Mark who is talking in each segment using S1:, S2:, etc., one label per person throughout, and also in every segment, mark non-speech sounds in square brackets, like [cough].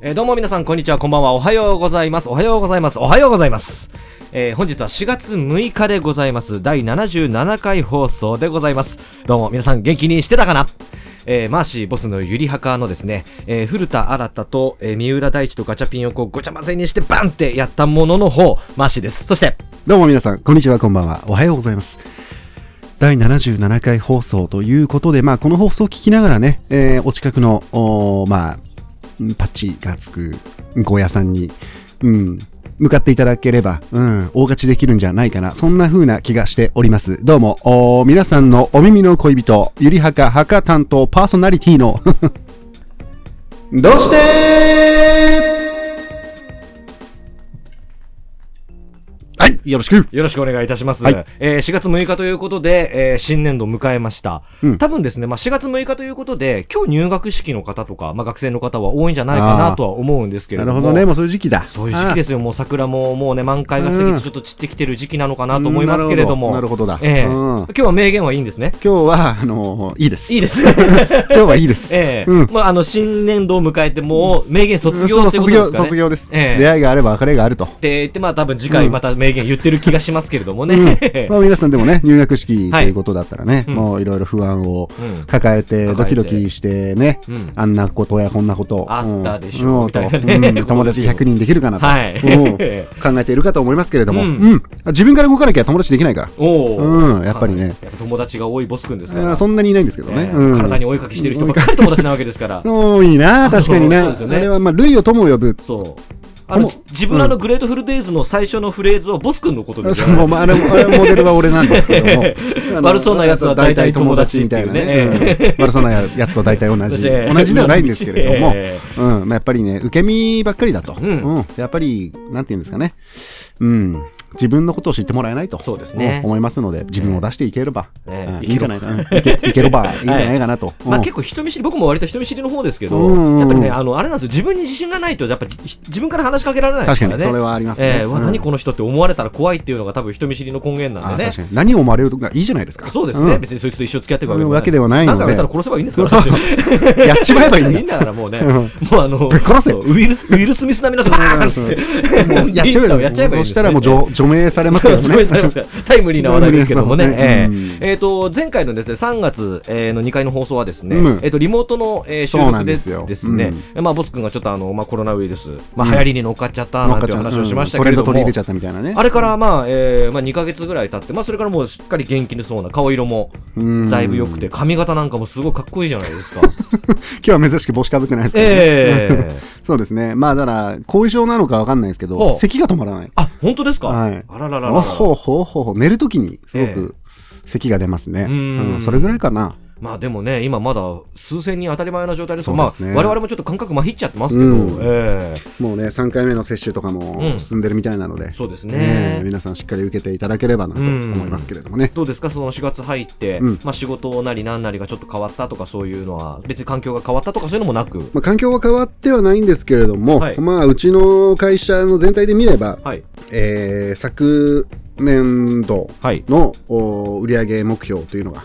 S1: えーどうも皆さんこんにちはこんばんはおはようございますおはようございますおはようございます、えー本日は4月6日でございます第77回放送でございますどうも皆さん元気にしてたかなえーマーシーボスのゆりはかのですね、えー古田新太と、えー三浦大知とガチャピンをこうごちゃ混ぜにしてバンってやったものの方、マーシーです。そして、
S2: どうも皆さん、こんにちは、こんばんは。おはようございます。第77回放送ということで、まあ、この放送を聞きながらね、えーお近くの、おーまあ、んパッチがつくゴ屋さんに、うん、向かっていただければ、うん、大勝ちできるんじゃないかな。そんな風な気がしております。どうも、おー皆さんのお耳の恋人、ゆりはか、はか担当、パーソナリティの、どうしてはい、よろしく
S1: よろしくお願いいたします。
S2: はい
S1: えー4月6日ということで、えー新年度を迎えました。
S2: うん
S1: 多分ですね、まあ、4月6日ということで、今日入学式の方とか、まあ、学生の方は多いんじゃないかなとは思うんですけれ
S2: な
S1: ど
S2: る
S1: も。
S2: ほどね、もうそういう時期だ。
S1: そういう時期ですすよ。もう桜ももうね、満開が過ぎてちょっと散ってきてる時期なのかなと思いますけれども。
S2: なるほどなるほどだ。
S1: ええ
S2: うん
S1: 今日は名言はいいんですね。
S2: 今日は、あのいいです。。
S1: いいですす。
S2: [laughs] 今日はいいです。
S1: ええ
S2: うん
S1: まあ、あの、新年度を迎えて、もう、名言卒業
S2: そう
S1: ってこ
S2: 卒
S1: とですかね。
S2: 業、卒業です。
S1: ええ
S2: 出会いがあれば別れがあると。
S1: って言って、まあ、多分次回また名言言ってる気がしますけれどもね。 [laughs]
S2: うんまあ、皆さんでもね、入学式と
S1: はい
S2: いうことだったらね、
S1: うん
S2: もういろいろ不安を
S1: うん
S2: 抱え
S1: 抱え
S2: て、
S1: て
S2: ドキドキしてね、
S1: うん
S2: あんなことやこんなこと
S1: あったでしょ
S2: うん
S1: みたいな
S2: うん
S1: ね
S2: うん友達100人できるかなと、
S1: はい [laughs]
S2: うん考えているかと思いますけれども、
S1: う
S2: うんん自分から動かなきゃ友達できないから。
S1: おお、
S2: うんやっぱりね
S1: やっぱ友達が多いボス君ですから、
S2: あーそんなにいないんですけどね。
S1: ね
S2: うん
S1: 体にお絵かきしてる人ばっかり友達なわけですから、
S2: 多いな、確かに
S1: そう
S2: な。
S1: です
S2: そ
S1: よね
S2: れは、まあ、類を友を呼ぶ。
S1: そう。あの
S2: この
S1: 自分らのグレートフルデイズの最初のフレーズはボス君のことです
S2: そ
S1: よ
S2: うもうまああれもあれモデルは俺なんですけど
S1: [laughs]
S2: もあの
S1: 悪そうなやつは大体友達っていうね
S2: う
S1: [laughs]
S2: ん悪そうなやつと大体同じ同じではないんですけれども、うんまあ、やっぱりね受け身ばっかりだと、
S1: うん
S2: うんやっぱりなんていうんですかね、うん、自分のことを知ってもらえないと
S1: そうですね
S2: ん思いますので自分を出していければ、
S1: ええ
S2: うん
S1: いけろ
S2: いいんじゃないかな、うん
S1: [laughs]
S2: いけいければいいんじゃないかなと、
S1: まあ、
S2: うん
S1: 結構人見知り僕も割と人見知りの方ですけど、
S2: うんうんうん
S1: やっぱりねあのあれなんですよ自分に自信がないとやっぱりひ自分から話しかけられないです
S2: 確
S1: から
S2: かに
S1: ね。
S2: それはありますね、
S1: えーうわ
S2: うん
S1: 何この人って思われたら怖いっていうのが多分人見知りの根源なん
S2: あ
S1: でね
S2: 確。かに何を思われるがいいじゃないですか
S1: そうですね、
S2: ん
S1: 別にそいつと一生付き合っていくわけ
S2: わ
S1: ん
S2: けで
S1: か
S2: は
S1: あ
S2: ないので
S1: ったら殺せばいいんですから、
S2: そう
S1: 私
S2: [laughs] やっちまえばいいんだ
S1: いいんだからもうね、
S2: うん
S1: もうあの、
S2: ぶっ殺せ
S1: そうウィルスウィル・スミス並みのドーンっつって、
S2: もうやっちゃえばいい
S1: [laughs] やっちゃえばいいんですね
S2: そしたらもう除除名されます
S1: そ
S2: け
S1: う
S2: ど
S1: す
S2: ね
S1: ごいされますからタイムリーな話題ですけどもね、
S2: タイムリー
S1: え
S2: な話題
S1: ええーと前回のですね3月、えーの2回の放送はですね、
S2: うん
S1: えー、とリモートの、えー収
S2: そうな
S1: 録
S2: ん
S1: で
S2: ですすよ
S1: ですね、まあ、ボス君がちょっとあの、まあ、コロナウイルス、まあ、流行りに乗っかっちゃったな
S2: 乗っ
S1: ん
S2: かっ
S1: い
S2: てち
S1: う
S2: ゃう
S1: 話をしました
S2: うん
S1: け
S2: ト
S1: れ
S2: レン
S1: ども、
S2: ド取り入れちゃったみたいなね
S1: あれから、まあえーまあ、2か月ぐらい経って、まあ、それからもうしっかり元気にそうな顔色も
S2: うん
S1: だいぶ良くて、髪型なんかもすごいかっこいいじゃないですか。
S2: 今日は珍しく帽子かぶってないですけどね、
S1: ええ
S2: そうですねまあだから後遺症なのかわかんないですけど
S1: ほう
S2: 咳が止まらない
S1: [laughs] あ、本当ですか、
S2: はい
S1: あらららら
S2: おほうほうほうほう寝るときにすごく咳が出ますね、
S1: うん
S2: うんそれぐらいかな
S1: まあでもね、今まだ数千人当たり前な状態ですから、
S2: そうですね
S1: まあ我々もちょっと感覚まひっちゃってますけど、
S2: うん
S1: ええ
S2: もうね3回目の接種とか
S1: うん
S2: も進んでるみたいなので、
S1: そうです
S2: ね
S1: ね。
S2: 皆さんしっかり受けていただければなと思いますけれどもね、
S1: どうですか、その4月入って、
S2: うん
S1: まあ仕事なりなんなりがちょっと変わったとか、そういうのは、別に環境が変わったとか、そういうのもなく、
S2: まあ、環境は変わってはないんですけれども、
S1: はい
S2: まあ、うちの会社の全体で見れば、
S1: はい、
S2: えー昨年度
S1: はい、
S2: のお売上目標とい
S1: [laughs]
S2: うのが、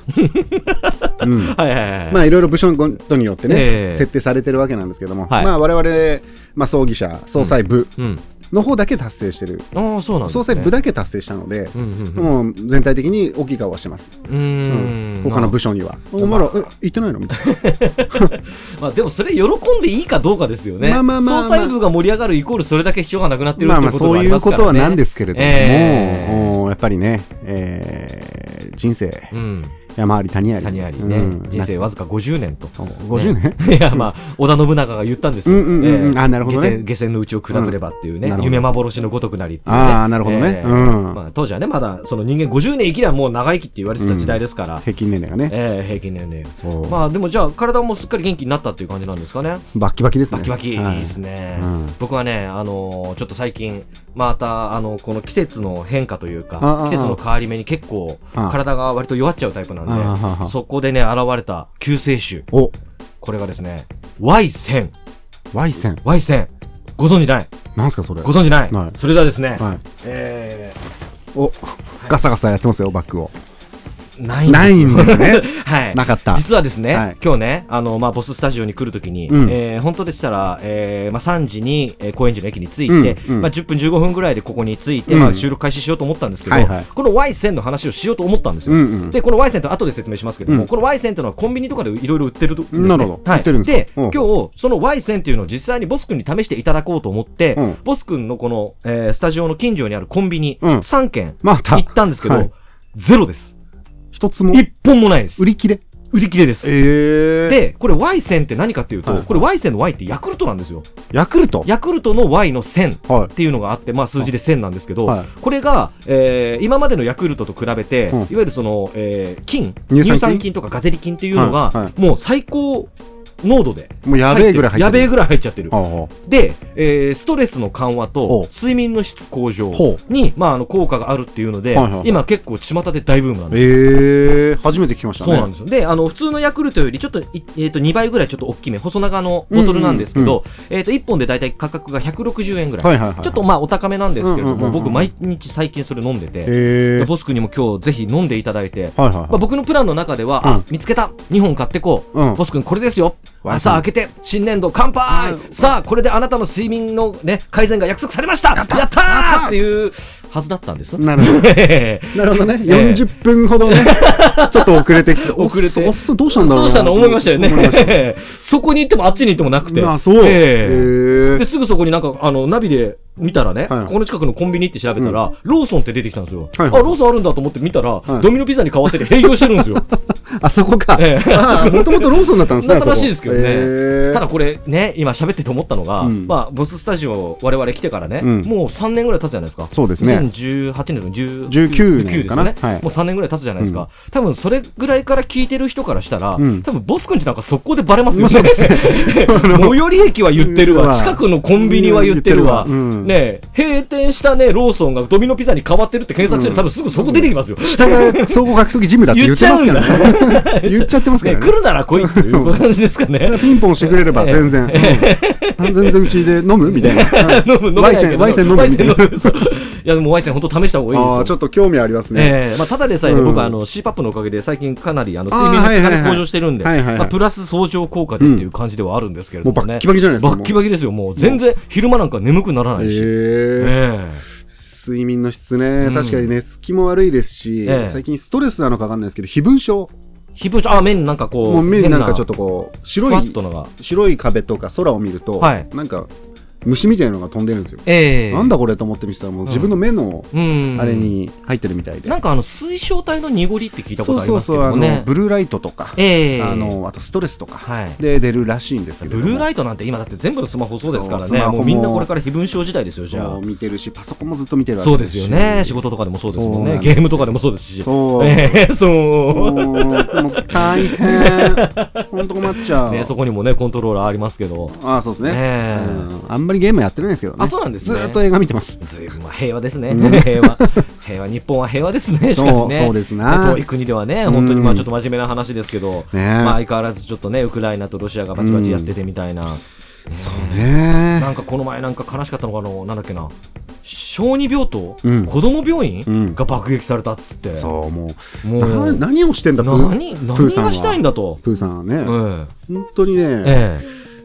S2: うん
S1: はい、はいはいはい、
S2: まあ、いろいろ部署ごとによってね、
S1: ええ
S2: 設定されてるわけなんですけども、
S1: はい
S2: まあ、我々、まあ、葬儀社総裁部
S1: うん、
S2: の方だけ達成してる、
S1: ああ、そうなんです、ね、
S2: 総裁部だけ達成したので、
S1: うんうんうん、
S2: もう全体的に大きい顔はしてます、
S1: うーん、
S2: 他の部署には。お前ら、え行ってないのみ
S1: [laughs]
S2: たいな。
S1: まあでもそれ喜んでいいかどうかですよね。
S2: まあまあまあまあ
S1: 総裁部が盛り上がるイコールそれだけ人がなくなってるっ
S2: ま
S1: て
S2: あ
S1: いう
S2: まあ
S1: ことも
S2: そう
S1: あ
S2: い
S1: りま
S2: う
S1: すか
S2: こ
S1: らね。
S2: とはなんですけれども、
S1: ええ
S2: おーやっぱりね、えー人生
S1: うん。
S2: 山あり谷あり
S1: 谷ありね、
S2: うん
S1: 人生わずか50年と。
S2: そう50年、
S1: [laughs] いやまあ織田信長が言ったんですよ。
S2: うんうんうんうんあなるほどね
S1: 下手下船のうちを砕くればっていうね、
S2: うんなるほど
S1: 夢幻のごとくなりっていうね。
S2: ああなるほどね
S1: ええ
S2: うん
S1: まあ当時はねまだその人間50年生きればもう長生きって言われてた時代ですから。
S2: 平均年齢がね、
S1: ええ平均年齢。
S2: そう
S1: まあでもじゃあ体もすっかり元気になったっていう感じなんですかね。
S2: バッキバキですね
S1: バキバキいい
S2: は
S1: ですね、
S2: うん
S1: 僕はね、あのーちょっと最近、またあのこの季節の変化というか
S2: ああ、
S1: 季節の変わり目に結構、
S2: ああ
S1: 体が割と弱っちゃうタイプなん
S2: あああ
S1: で、
S2: あ
S1: そこでね、現れた救世主、
S2: お
S1: これがですね、Y1000、
S2: Y 線
S1: Y1000、ご存じない、
S2: なんすかそれ
S1: ご存じない、
S2: はい
S1: それではですね、
S2: はい
S1: えー
S2: おガサガサやってますよ、バッグを。
S1: ないんですよ
S2: ないんですね。
S1: [laughs] はい。
S2: なかった。
S1: 実はですね、
S2: はい
S1: 今日ね、あの、まあ、ボススタジオに来るときに、
S2: うん
S1: えー本当でしたら、えーまあ、3時に、えー高円寺の駅に着いて、
S2: うんうん
S1: まあ、10分15分ぐらいでここに着いて、
S2: うん
S1: まあ、収録開始しようと思ったんですけど、
S2: はいはい
S1: この Y 線の話をしようと思ったんですよ。
S2: うんうん
S1: で、この Y 線と後で説明しますけども、
S2: うん
S1: この Y 線というのはコンビニとかでいろいろ売ってると、
S2: なるほど
S1: はい、
S2: 売ってるんです
S1: で
S2: かうん
S1: 今日、その Y 線というのを実際にボス君に試していただこうと思って、
S2: うん
S1: ボス君のこの、えースタジオの近所にあるコンビニ、
S2: うん
S1: 3軒
S2: また
S1: 行、ったんですけど、
S2: はい
S1: ゼロです。
S2: 一つも
S1: 一本もないです。
S2: 売り切れ。
S1: 売り切れです。
S2: え
S1: で、これ Y 線って何かっていうと、
S2: はい
S1: これ Y 線の Y ってヤクルトなんですよ。
S2: ヤクルト。
S1: ヤクルトの Y の線っ
S2: はい。
S1: ていうのがあって、まあ数字で線なんですけど、
S2: はい
S1: これが、えー今までのヤクルトと比べて、
S2: うん
S1: いわゆるその、えー菌、
S2: 乳酸菌
S1: 乳酸菌とかガゼリ菌っていうのが、
S2: はいは
S1: もう最高濃度で
S2: もうやべえぐらい入ってる。
S1: やべえぐらい入っちゃってる。
S2: ああ
S1: で、えーストレスの緩和
S2: ほう
S1: と睡眠の質向上
S2: ほ
S1: に、まあ、あの効果があるっていうので、
S2: はいはいはい
S1: 今結構巷で大ブームなんです
S2: ええ初めて聞きました
S1: そ
S2: ね。
S1: うなんですよ。で、あの、普通のヤクルトよりちょっと、いえーと、2倍ぐらいちょっと大きめ、細長のボトルなんですけど、えっと、1本で大体価格が160円ぐらい。
S2: はいはいはい。
S1: ちょっとまあ、お高めなんですけれど
S2: うんうんうん
S1: も、
S2: うん
S1: 僕、毎日最近それ飲んでて、
S2: ええ
S1: ボス君にも今日ぜひ飲んでいただいて、
S2: はいはいはい。
S1: まあ、僕のプランの中では、
S2: うん
S1: あ、見つけた !2 本買ってこう、
S2: うん
S1: ボス君これですよ
S2: わ
S1: 朝開けて、新年度乾杯、
S2: うん
S1: さあ、これであなたの睡眠のね、改善が約束されましたやったーっていうはずだったんです。
S2: なるほど。なるほど
S1: [laughs]
S2: ね。40分ほどね、ちょっと遅れてきて、
S1: 遅れて
S2: おっそおっそどうしたんだろう
S1: どうしたの思いましたよ
S2: 思いました
S1: ね。 [laughs] そこに行ってもあっちに行ってもな [laughs] くて。
S2: あ、そう。
S1: ええ
S2: え
S1: で、すぐそこになんか、あの、ナビで見たらね、
S2: はい
S1: ここの近くのコンビニって調べたら、ローソンって出てきたんですよ。
S2: はいはい
S1: あ、ローソンあるんだと思って見たら、
S2: い
S1: ドミノピザに変わってて営業してるんですよ。
S2: あそこか。
S1: ええ [laughs]
S2: もともとローソンだったんですね。
S1: なっ
S2: あそ
S1: た
S2: こ
S1: らしいですけどね
S2: ええ
S1: ただこれね、今喋ってて思ったのが、
S2: うん
S1: まあ、ボススタジオ我々来てからね、
S2: うん
S1: もう3年ぐらい経つじゃないですか。
S2: そうですね
S1: 2018年とか19
S2: 19年かな
S1: 19ですよね
S2: はい
S1: もう3年ぐらい経つじゃないですか。多分それぐらいから聞いてる人からしたら、
S2: うん
S1: 多分ボス君ってなんか速攻でバレますよね。
S2: そうです
S1: [laughs] 最寄り駅は言ってる
S2: う
S1: わ。
S2: わ
S1: 近くのコンビニは言ってるわ。
S2: うん
S1: ねえ閉店したね、ローソンがドミノピザに変わってるって検索したら、多分すぐそこ出てきますよ。
S2: 下が総合格闘技ジムだって言ってますからね。言っちゃってますか
S1: ね
S2: ら
S1: 来
S2: ね。
S1: るなら来いっていう感じですかね。
S2: ピンポンしてくれれば全然。うん全然うちで飲むみたいな。
S1: [laughs] 飲む、飲めないけど。
S2: ワイセン飲む
S1: ワイセン飲むそういや、でもワイセン本当試した方がいいです
S2: あ
S1: よ
S2: あ、。ちょっと興味ありますね。
S1: ええまあ、ただでさえね、
S2: うん
S1: 僕はあの CPAP のおかげで最近かなりあの
S2: あ
S1: 睡
S2: ー
S1: 眠の質が
S2: はい
S1: ね
S2: はいはい
S1: 向上してるんで、
S2: はいはいはい
S1: まあ、プラス相乗効果でっていう感じではあるんですけれどもね、
S2: もうバッキバキじゃないですかもう
S1: バッキバキですよ、もう全然昼間なんか眠くならないし。
S2: ええ
S1: え
S2: 睡眠の質
S1: う
S2: ね
S1: ん、
S2: 確かに寝つきも悪いですし、
S1: ええ
S2: 最近ストレスなのか分かんないですけど、飛蚊症、
S1: えひぶあ、目になんかこう、
S2: もう目になんかちょっ
S1: と
S2: とこう、
S1: ふ
S2: 白
S1: わっ
S2: い
S1: とのが。
S2: 白い壁とか空を見ると、
S1: はい
S2: なんか虫みたいのが飛んでるんですよ。
S1: ええ
S2: なんだこれと思ってみたら、もう自分の目の
S1: うん。
S2: あれ。に入ってるみたいで。
S1: なんかあの、水晶体の濁りって聞いたこ
S2: そ
S1: と
S2: う
S1: あり
S2: そう
S1: ます
S2: そ
S1: け
S2: う、あ
S1: ど
S2: の
S1: ね。
S2: ブルーライトとか、
S1: ええ
S2: あのあとストレスとか
S1: はい。
S2: で出るらしいんですけど
S1: ブ
S2: も、
S1: ルーライトなんて今だって全部のスマホそうですから
S2: そう
S1: ね
S2: スマホ
S1: も
S2: も
S1: うみんなこれから非分症時代ですよじゃ
S2: も
S1: あ
S2: う見てるし、パソコンもずっと見てるわけ
S1: そう
S2: で
S1: です
S2: し
S1: よね仕事とかでもそうですもん
S2: そう
S1: ね
S2: なん
S1: ゲ
S2: です
S1: ームとかでもそうですし
S2: そう。
S1: ええそう
S2: もうもう大変。ほんと困っちゃう。
S1: ね、そこにもねコントローラーありますけど
S2: ああ、そうですね
S1: ねえ
S2: うんあんまりゲームやってないんですけどね。
S1: あそうなんですね
S2: ずーっと映画見てます。
S1: ずいぶんまあ平和ですね
S2: うん
S1: 平和平和日本は平和ですねしかし
S2: そう
S1: ね
S2: そうです
S1: ね
S2: な
S1: 遠い国ではね本当にまあ
S2: うん
S1: ちょっと真面目な話ですけど、
S2: ねえ
S1: まあ相変わらずちょっとねウクライナとロシアがバチバチやっててみたいな、
S2: そうね
S1: なんかこの前なんか悲しかったのがあのなんだっけな小児病棟、
S2: うん
S1: 子供病院、
S2: うん
S1: が爆撃されたっつって
S2: そう、もう。
S1: も
S2: な
S1: う
S2: 何をしてんだ、プー
S1: 何
S2: プー
S1: 何
S2: さんは
S1: がしたいんだと。
S2: プーさんは
S1: え
S2: ね。
S1: え
S2: 本当にね、
S1: え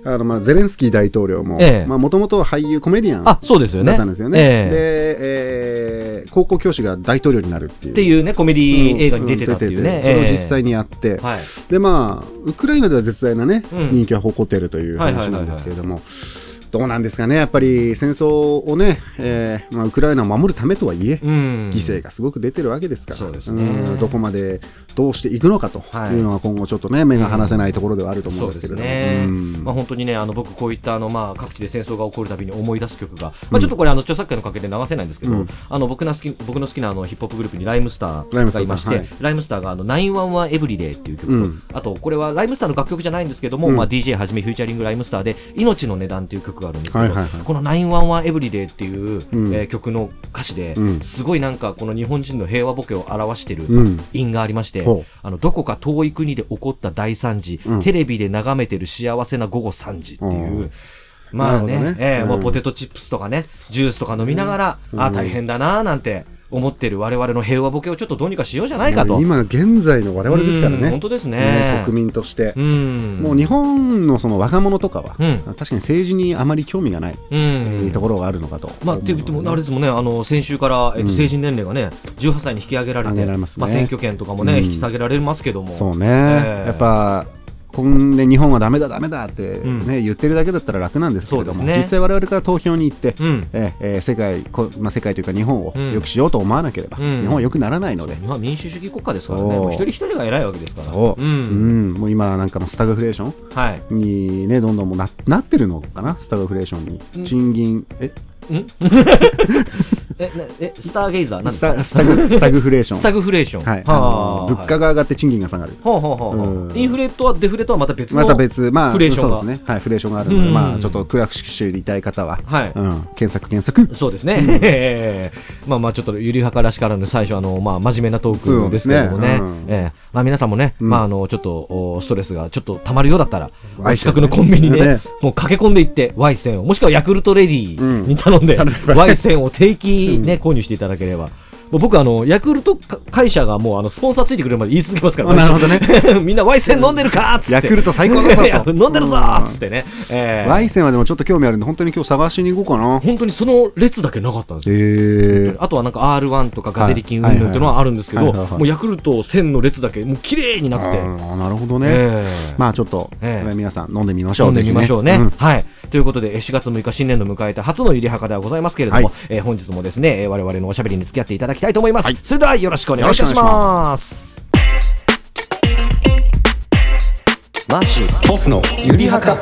S1: え、
S2: あの、まあ、ゼレンスキー大統領も
S1: ええ、
S2: まあ、もともと俳優、コメディアンだ
S1: あそうですよね。
S2: ったんですよ
S1: え
S2: ね。
S1: え
S2: で、えー高校教師が大統領になるっていう。
S1: って
S2: う
S1: いうね、コメディ映画に出てたっていうんね。
S2: 出ててそれを
S1: ええ
S2: 実際にやって、
S1: はい、
S2: でまあウクライナでは絶大なね、
S1: うん
S2: 人気は誇ってるという
S1: はいはいは
S2: 話
S1: い
S2: な
S1: はい
S2: んですけれども、どうなんですかねやっぱり戦争をね、えーまあ、ウクライナを守るためとはいえ、
S1: うん、
S2: 犠牲がすごく出てるわけですから
S1: そうですね
S2: うんどこまでどうしていくのかと
S1: はい
S2: いうのは今後ちょっとね目が離せないところではあると思
S1: そ
S2: うん
S1: う
S2: で
S1: です
S2: け
S1: す
S2: れども、
S1: ね、
S2: うん
S1: まあ、本当にね、あの僕、こういったあの、まあ、各地で戦争が起こるたびに思い出す曲が、まあ、ちょっとこれ、あの著作権の関係で流せないんですけど、
S2: うん
S1: あの僕の好き僕の好きなあのヒップホップグループにライムスタ
S2: ラ
S1: ー
S2: イムスタ
S1: がい
S2: ーさん
S1: まして、ラ
S2: は
S1: イ
S2: い
S1: ムスターがあの911エブリデイっていう曲と、
S2: うん
S1: あと、これはライムスターの楽曲じゃないんですけども、
S2: うん
S1: まあ、DJ はじめフューチャリングライムスターで、命の値段っていう曲があるんですけど、
S2: はいはいはい
S1: この911エブリデイっていう、
S2: うん
S1: えー曲の歌詞で、
S2: うん
S1: すごいなんか、この日本人の平和ボケを表してる。
S2: うん
S1: 因がありまして
S2: ほう、
S1: あの、どこか遠い国で起こった大惨事、
S2: うん
S1: テレビで眺めてる幸せな午後3時っていう、
S2: うん
S1: まあね、
S2: なるほどね
S1: ええ
S2: うん
S1: もうポテトチップスとかね、ジュースとか飲みながら、ああ、
S2: うん
S1: 大変だなーなんて思ってる我々の平和ボケをちょっとどうにかしようじゃないかと。
S2: もう今現在の我々ですから
S1: うん
S2: ね
S1: 本当です
S2: ね
S1: ね。
S2: 国民として、
S1: うん。
S2: もう日本のその若者とかは、
S1: うん
S2: 確かに政治にあまり興味がない、
S1: う
S2: え
S1: ん。
S2: ーところがあるのかと思う
S1: まあ、
S2: の
S1: っ
S2: で
S1: て言っても、あれですもんね、あの先週から、えっ
S2: う
S1: と、
S2: ん
S1: 成人年齢がね、18歳に引き上げられて、
S2: 上げられますね
S1: あ、選挙権とかもね、
S2: うん
S1: 引き下げられますけども、
S2: そうね、
S1: ええ
S2: やっぱこんで日本はダメだダメだって、ね
S1: うん
S2: 言ってるだけだったら楽なんですけれど
S1: そ
S2: も、
S1: うですね
S2: 実際我々から投票に行って、
S1: うん、
S2: ええええ世界こ、まあ、世界というか日本を
S1: うん
S2: 良くしようと思わなければ、
S1: うん
S2: 日本は良くならないので、
S1: 今、民主主義国家ですからね、
S2: そう
S1: もう一人一人が偉いわけですから、
S2: そ
S1: ん
S2: う、うんもう今なんかもうスタグフレーション
S1: はい、
S2: にねどんどんもうななってるのかなスタグフレーションに、
S1: うん
S2: 賃金え
S1: んえなえ、スターゲイザー、なんで
S2: ス
S1: すか
S2: タスタグスタグフレーション
S1: スタグフレーション、
S2: はい、あ
S1: は
S2: の物価
S1: が、
S2: が上がって賃金が下がる、
S1: ほうほうほうほう
S2: うん
S1: インフレとはデフレとはまた別の、
S2: また別、まあ、
S1: フレーションが
S2: そうですね、はい、フレーションがあるので、
S1: うん
S2: まあ、ちょっと暗くしていたい方は、
S1: はい
S2: うん、検索、検索、
S1: そうですね、ええ [laughs] まあまあちょっとゆりはからしからの最初あの、まあ、真面目なトークですけどもね
S2: そうですねうん
S1: ええまあ、皆さんもね、
S2: うん
S1: まあ、あのちょっとおストレスがちょっとたまるようだったら
S2: ワイセン
S1: 近くのコンビニで、
S2: ね
S1: もう駆け込んでいってワイセンをもしくはヤクルトレディに頼んで、
S2: うん頼めば
S1: ワイセンを定期、ね購入していただければ。もう僕あのヤクルトか会社がもうあのスポンサーついてくるまで言い続けますから、
S2: あなるほどね
S1: [laughs] みんなワイセン飲んでるかーっつって
S2: [laughs] ヤクルト最高だぞと
S1: いや [laughs] 飲んでるぞーっつってね、ええ
S2: ワイセンはでもちょっと興味あるんで、本当に今日探しに行こうかな。
S1: 本当にその列だけなかったんですよ
S2: えー、
S1: あとはなんか R1 とかガゼリキン
S2: はい
S1: 云々っていうのはあるんですけ
S2: は
S1: ど、
S2: いはいはい
S1: もうヤクルト1000の列だけ、もう綺麗に
S2: あ
S1: なって、
S2: ーなるほどね。
S1: ええ
S2: まあ、ちょっと、
S1: ええ
S2: 皆さん飲んでみましょう。
S1: 飲んでみましょうね。
S2: ぜひ
S1: はい。ということで、えー4月6日新年度迎えた初のゆりはかではございますけれども、
S2: はい
S1: えー本日もですね、えー我々のおしゃべりに付き合っていただきたいと思います。
S2: はい
S1: それではよろしくお願いいたし
S2: よろしくお願
S1: ます。
S2: うん、マーシー、ボスのゆりはか。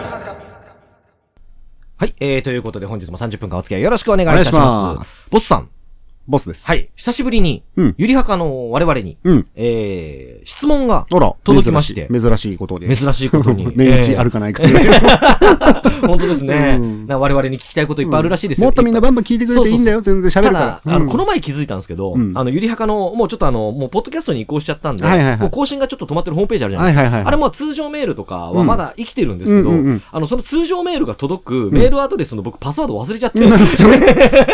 S1: はい。えーということで、本日も30分間お付き合いよろしくお願いいたし
S2: お願い
S1: ま
S2: し
S1: す。
S2: ます
S1: ボスさん。
S2: ボスです。
S1: はい。久しぶりに、
S2: うん
S1: ゆりはかの我々に、
S2: うん。
S1: えー質問が
S2: あら、
S1: 届きまして
S2: 珍しい珍しいことで。
S1: 珍しいこと
S2: [laughs]
S1: に。
S2: 年一
S1: えー
S2: ある
S1: [laughs]
S2: かないかっていう。
S1: 本当ですね。
S2: うん
S1: な我々に聞きたいこといっぱいあるらしいですよ。
S2: もっとみんなバンバン聞いてくれていいんだよ。全然喋
S1: た
S2: るか
S1: だ、
S2: ら。
S1: あ
S2: う
S1: の、
S2: ん
S1: この前気づいたんですけど、
S2: うん
S1: あの、ゆりはかの、もうちょっとあの、もう、ポッドキャストに移行しちゃったんで、
S2: はいはいはい
S1: もう更新がちょっと止まってるホームページあるじゃない
S2: は
S1: です
S2: いはいは
S1: か。あ
S2: い。
S1: れも通常メールとかは
S2: うん
S1: まだ生きてるんですけど、
S2: うんうんうん
S1: あの、その通常メールが届く
S2: ん
S1: メールアドレスの僕パスワード忘れちゃって、
S2: なるほど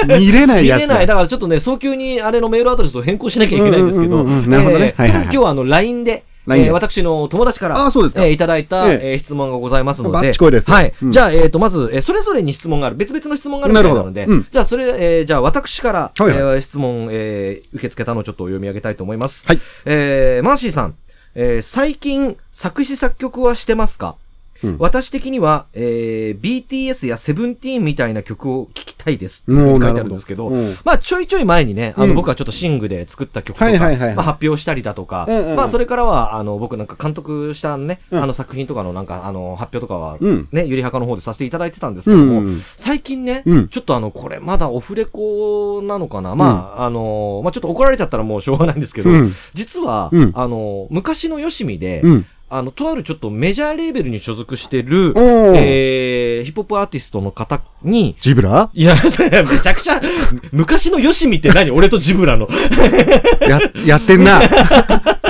S2: ね [laughs] 見れない
S1: 見
S2: や
S1: れ
S2: つ
S1: ない。
S2: だ。
S1: だからちょっとね、早急にあれのメールアドレスを変更しなきゃいけないんですけど、
S2: うんうんうんうんなるほどね
S1: えーとりあえず
S2: はいはいはい
S1: 今日はあの、LINE で、
S2: LINE で
S1: えー私の友達から、
S2: あそうですか
S1: えーいただいた、
S2: え
S1: えー質問がございますので。
S2: バッチコイですよ
S1: はい。
S2: うん
S1: じゃあ、えっ、と、まず、えーそれぞれに質問がある。別々の質問があるみたいなので、
S2: なるほどうん
S1: じゃあ、それ、えーじゃあ、私から、
S2: はいはい
S1: えー質問、えー受け付けたのをちょっとお読み上げたいと思います。
S2: はい
S1: えーマーシーさん、えー最近、作詞作曲はしてますか
S2: うん
S1: 私的には、えー BTS やセブンティーンみたいな曲を聴きたいです。
S2: も
S1: 書
S2: う
S1: いて
S2: な
S1: あ
S2: る
S1: る
S2: ほ
S1: ん
S2: ど
S1: ですけど、
S2: うん
S1: まあ、ちょいちょい前にね、あの、
S2: うん
S1: 僕はちょっとシングで作った曲とか、
S2: はいはいはいはい
S1: まあ、発表したりだとか、
S2: うんうんうん
S1: まあ、それからは、あの、僕なんか監督したね、
S2: うん
S1: あの作品とかのなんか、あの、発表とかは、
S2: うん。
S1: ね、ゆりはかの方でさせていただいてたんです
S2: う
S1: けど
S2: ん
S1: も、
S2: うん。
S1: 最近ね、
S2: うん
S1: ちょっとあの、これまだオフレコなのかな、まあ、あの、まあ、ちょっと怒られちゃったらもうしょうがないんですけど、
S2: うん
S1: 実は、
S2: うん
S1: あの、昔のよしみで、
S2: うん。
S1: あの、とあるちょっとメジャーレーベルに所属してる
S2: お、ー。
S1: えー、ヒップホップアーティストの方に、
S2: ジブラ
S1: いや、それめちゃくちゃ、昔のヨシミって何俺とジブラの。
S2: や、やって
S1: [laughs]
S2: んな。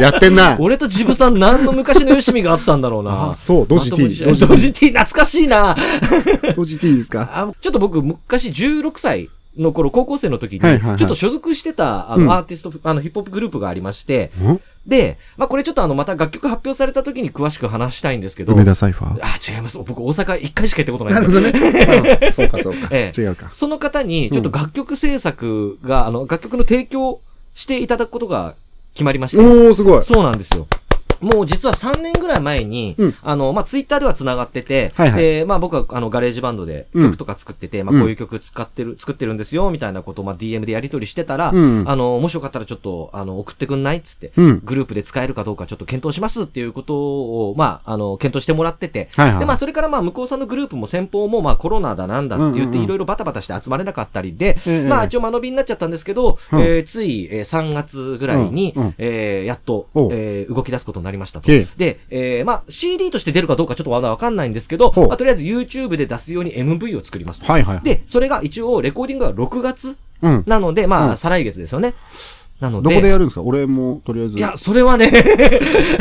S2: やってんな。
S1: 俺とジブさん何の昔のヨシミがあったんだろうな。
S2: あ、そう、ドジティ。
S1: ド
S2: ド
S1: ジ
S2: ジ
S1: ティ。懐かしいな。
S2: ティドジティですか
S1: あちょっと僕、昔16歳の頃、高校生の時に、
S2: はいはいはい
S1: ちょっと所属してた、あ
S2: うん
S1: の、アーティスト、あの、ヒップホップグループがありまして、
S2: ん
S1: で、まあ、これちょっとあの、また楽曲発表された時に詳しく話したいんですけど、
S2: 梅田サイファー
S1: あ、違います。僕、大阪1回しか行ったことないん
S2: な
S1: で
S2: るほど
S1: [laughs]
S2: ね。うんそうか、そうか。
S1: ええ
S2: 違う
S1: [laughs]
S2: か。
S1: その方に、ちょっと楽曲制作が、あの、楽曲の提供していただくことが決まりまし
S2: お
S1: て、
S2: ー、すごい。
S1: そうなんですよ。もう実は3年ぐらい前に、
S2: うん
S1: あの、まあ、ツイッターでは繋がってて、
S2: はいはい
S1: で、まあ、僕はあの、ガレージバンドで
S2: うん
S1: 曲とか作ってて、ま
S2: う
S1: あ、
S2: ん
S1: こういう曲使ってる、作ってるんですよ、みたいなことを、まあ、DM でやり取りしてたら、
S2: うん。
S1: あの、もしよかったらちょっと、あの、送ってくんないっつって、
S2: うん。
S1: グループで使えるかどうかちょっと検討しますっていうことを、まあ、あの、検討してもらってて、
S2: はいはい。
S1: で、まあ、それから、まあ、向こうさんのグループも先方も、まあ、コロナだなんだって
S2: う
S1: 言っ
S2: んうん
S1: て、
S2: うん
S1: いろいろバタバタして集まれなかったりで、
S2: ええ
S1: まあ、一応間延びになっちゃったんですけど、
S2: うん
S1: えーつい、えー3月ぐらいに、
S2: うんうん
S1: えーやっと
S2: おう、
S1: えー動き出すことになりましたと。
S2: ええ
S1: で、えーまあ、CD として出るかどうかちょっとまだわかんないんですけど、
S2: ほう
S1: まあとりあえず YouTube で出すように MV を作りますと。
S2: はいはい。
S1: で、それが一応、レコーディングは6月
S2: うん。
S1: なので、まあ、
S2: うん
S1: 再来月ですよね。なの
S2: どこで
S1: で、
S2: やるんですか俺も、とりあえず。
S1: いや、それはね、 [laughs]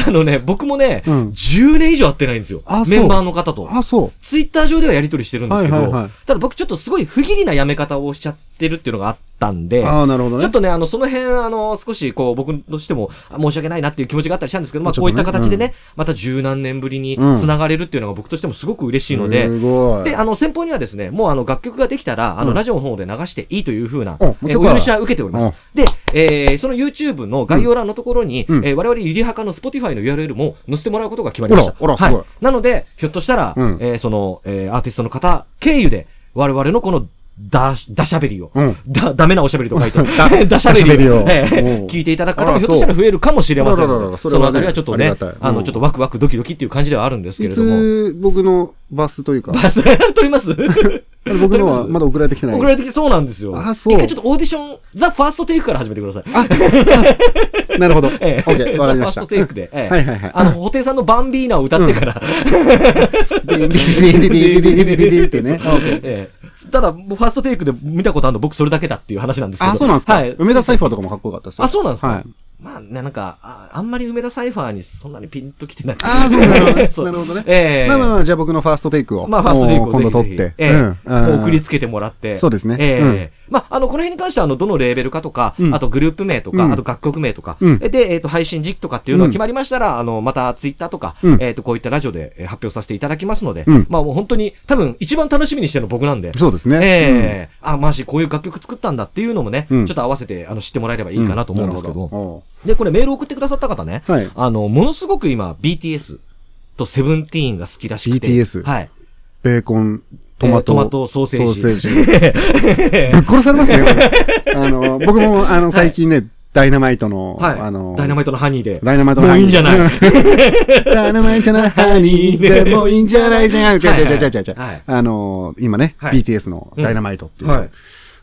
S1: あのね、僕もね、
S2: うん
S1: 10年以上会ってないんですよ
S2: あ。そう
S1: メンバーの方と。
S2: あ、そ
S1: ツイッター上ではやり取りしてるんですけど、
S2: はいはいはい
S1: ただ僕ちょっとすごい不義理なやめ方をしちゃっってるっていうのがあったんで、
S2: ああ、なるほどね。
S1: ちょっとね、あの、その辺、あの、少し、こう、僕としても、あ申し訳ないなっていう気持ちがあったりしたんですけど、まあ、
S2: ちょ
S1: こ
S2: っ
S1: とう
S2: ね
S1: いった形でね、また十何年ぶりに
S2: うん
S1: 繋がれるっていうのが僕としてもすごく嬉しいので、
S2: すごい。
S1: で、あの、先方にはですね、もうあの、楽曲ができたら、あ
S2: う
S1: の、
S2: ん
S1: ラジオの方で流していいというふうな、
S2: お
S1: え
S2: もう
S1: ー
S2: 曲
S1: お
S2: は
S1: 許しは受けております。で、えーその YouTube の概要欄のところに、
S2: うん
S1: えー我々ゆりはかの Spotify の URL も載せてもらうことが決まりました。
S2: おらおら
S1: は
S2: すごい
S1: なので、ひょっとしたら、
S2: うん
S1: えーその、えーアーティストの方経由で、我々のこの、だ、だしゃべりを、
S2: うん。
S1: だ、ダメなおしゃべりと書いて、
S2: だ
S1: だしゃべり
S2: だしゃべりを
S1: ええ
S2: おう
S1: 聞いていただく方
S2: あ
S1: も
S2: ら
S1: ひょっとしたら増えるかもしれません
S2: そうあらら
S1: の
S2: らら
S1: で、
S2: そ
S1: そ
S2: れはね
S1: のあたりはちょっと
S2: あ
S1: ね
S2: りがたい、
S1: あ
S2: う
S1: の、
S2: ん
S1: ちょっとワクワクドキドキっていう感じではあるんですけ
S2: い
S1: れども。
S2: つ、僕のバスというか、
S1: バス、撮ります
S2: 僕のはまだ送られてきてない。
S1: 送られてきてそうなんですよ。
S2: あそう
S1: 一回ちょっとオーディション、ザ・ファーストテイクから始めてください。
S2: なるほど。オッ
S1: ええ
S2: ケー、わかりまし
S1: ザ・ファースト
S2: た。
S1: テイクで。ええ
S2: はいはいはい。
S1: あ [laughs] の、布袋さんのバンビーナを歌ってから、
S2: ディディディディディディディディディディってね。
S1: ええただ、ファーストテイクで見たことあるの僕それだけだっていう話なんですけど。
S2: あ、そうなんですか。
S1: はい。
S2: 梅田サイファーとかもかっこよかったですよ。
S1: あ、そうなんですか、
S2: はい
S1: まあ、ね、なんかあ、あんまり梅田サイファーにそんなにピンときてない。
S2: あーそうなるほどね
S1: [laughs] そう
S2: なるほどね
S1: ええ
S2: まあまあまあ、じゃあ僕のファーストテイクを。
S1: まあ、ファーストテイクを
S2: 今度
S1: ぜ
S2: 取
S1: ひ
S2: っ
S1: ぜ
S2: て
S1: ひ。ええ
S2: うん
S1: 送りつけてもらって。
S2: そうですね
S1: ええ
S2: うん
S1: まあ、あの、この辺に関しては、あの、どのレーベルかとか、
S2: うん
S1: あとグループ名とか、
S2: うん
S1: あと楽曲名とか、
S2: うん
S1: で、えっ、と、配信時期とかっていうのが決まりましたら、あの、またツイッターとか、
S2: うん
S1: えっ、と、こういったラジオでえー発表させていただきますので、
S2: うん
S1: まあ、もう本当に、多分、一番楽しみにしてるの僕なんで。
S2: そうですね。うん
S1: ええあ、マーシーこういう楽曲作ったんだっていうのもね、
S2: うん
S1: ちょっと合わせて、あの、知ってもらえればいいかなと思うんですけ
S2: なる
S1: ど。
S2: ほ
S1: で、これメール送ってくださった方ね、
S2: どはい。
S1: あの、ものすごく今、BTS とセブンティーンが好きらしくて。
S2: BTS
S1: はい。
S2: ベーコン、トマト、
S1: えートマトソーセージ
S2: ソーセー
S1: [laughs]
S2: ジぶっ殺されますね、これ [laughs] あの、僕も、あの、最近ね、ダイナマイトの、
S1: はい。
S2: あの、
S1: ダイナマイトのハニーで。
S2: ダイナマイト
S1: もういいんじゃない
S2: い [laughs] ダイナマイトのハニーでもいいんじゃないじゃん。違う
S1: はい
S2: 違う違う違う違う。
S1: はい
S2: あのー今ね、
S1: はい
S2: BTS のダイナマイトっていう、
S1: はいう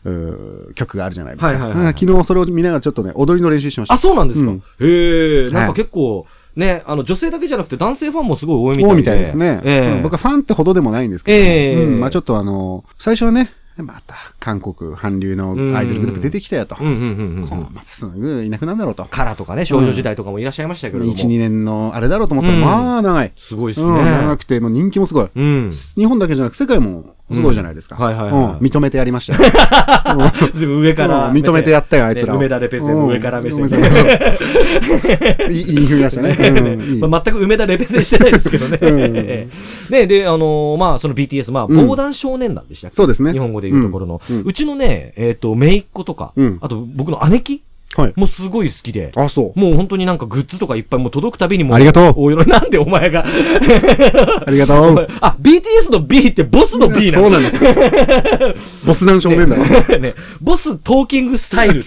S2: ー曲があるじゃないですか。
S1: はいはいはいはい
S2: あー昨日それを見ながらちょっとね、踊りの練習しました
S1: あ、。そうなんですか。
S2: うん
S1: へえ、なん
S2: は
S1: か
S2: い
S1: 結構、ね、あの、女性だけじゃなくて男性ファンもすごい多いみたい
S2: 多
S1: で。
S2: いみたいですね。
S1: ええ
S2: うん僕はファンってほどでもないんですけど、
S1: ええ
S2: うんまあちょっとあのー最初はね、また韓国、韓流のアイドルグループ出てきたよと。
S1: うんうんうんう
S2: この
S1: ん。
S2: まますぐいなくなるだろうと。
S1: カラーとかね、少女時代とかもいらっしゃいましたけれども。
S2: 1、2年のあれだろうと思ったら、
S1: うん
S2: まあ長い。
S1: すごいです
S2: うん、長
S1: ね。
S2: くて、もう人気もすごい。 [laughs]
S1: うん。 [laughs]
S2: 日本だけじゃなく世界もすごいじゃないですか。
S1: うんはいはいはい
S2: うん認めてやりました
S1: [laughs]
S2: よ。うん
S1: ずいぶん上から
S2: うん
S1: 目線。
S2: 認めてやったよ、あいつらを。
S1: ね梅田レペゼ
S2: う
S1: の
S2: ん
S1: 上から目線。
S2: そうそう [laughs] いい、いい風に出し
S1: [laughs]
S2: たね。うんいい
S1: まあ、全く梅田レペゼンしてないですけどね。
S2: う
S1: [laughs]
S2: ん
S1: ええねで、あのーまあ、その BTS、まあ、
S2: うん
S1: 防弾少年団でしたっけ
S2: そうですね。
S1: 日本語で言うところの。
S2: うんうん
S1: うちのね、えっ、と、姪っ子とか、
S2: うん
S1: あと僕の姉貴
S2: はい。
S1: もすごい好きで、
S2: あ、そう。
S1: もう本当になんかグッズとかいっぱいもう届くたびにも
S2: ありがとう
S1: 大喜びなんでお前が。
S2: ありがとう。
S1: [laughs] あ、BTS の B ってボスの B なの
S2: そうなんですよ。
S1: [laughs]
S2: ボス男少年だ。
S1: ね [laughs] ねボストーキングスタ
S2: [laughs]
S1: イル。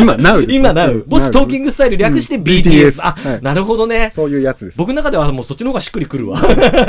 S2: 今、なう。
S1: [laughs] 今なう。ボストーキン
S2: グ。
S1: グスタイル略して
S2: うん
S1: BTS。あ
S2: は、い
S1: なるほどね。
S2: そういうやつです。
S1: 僕の中ではもうそっちの方がしっくりくるわ。
S2: ボ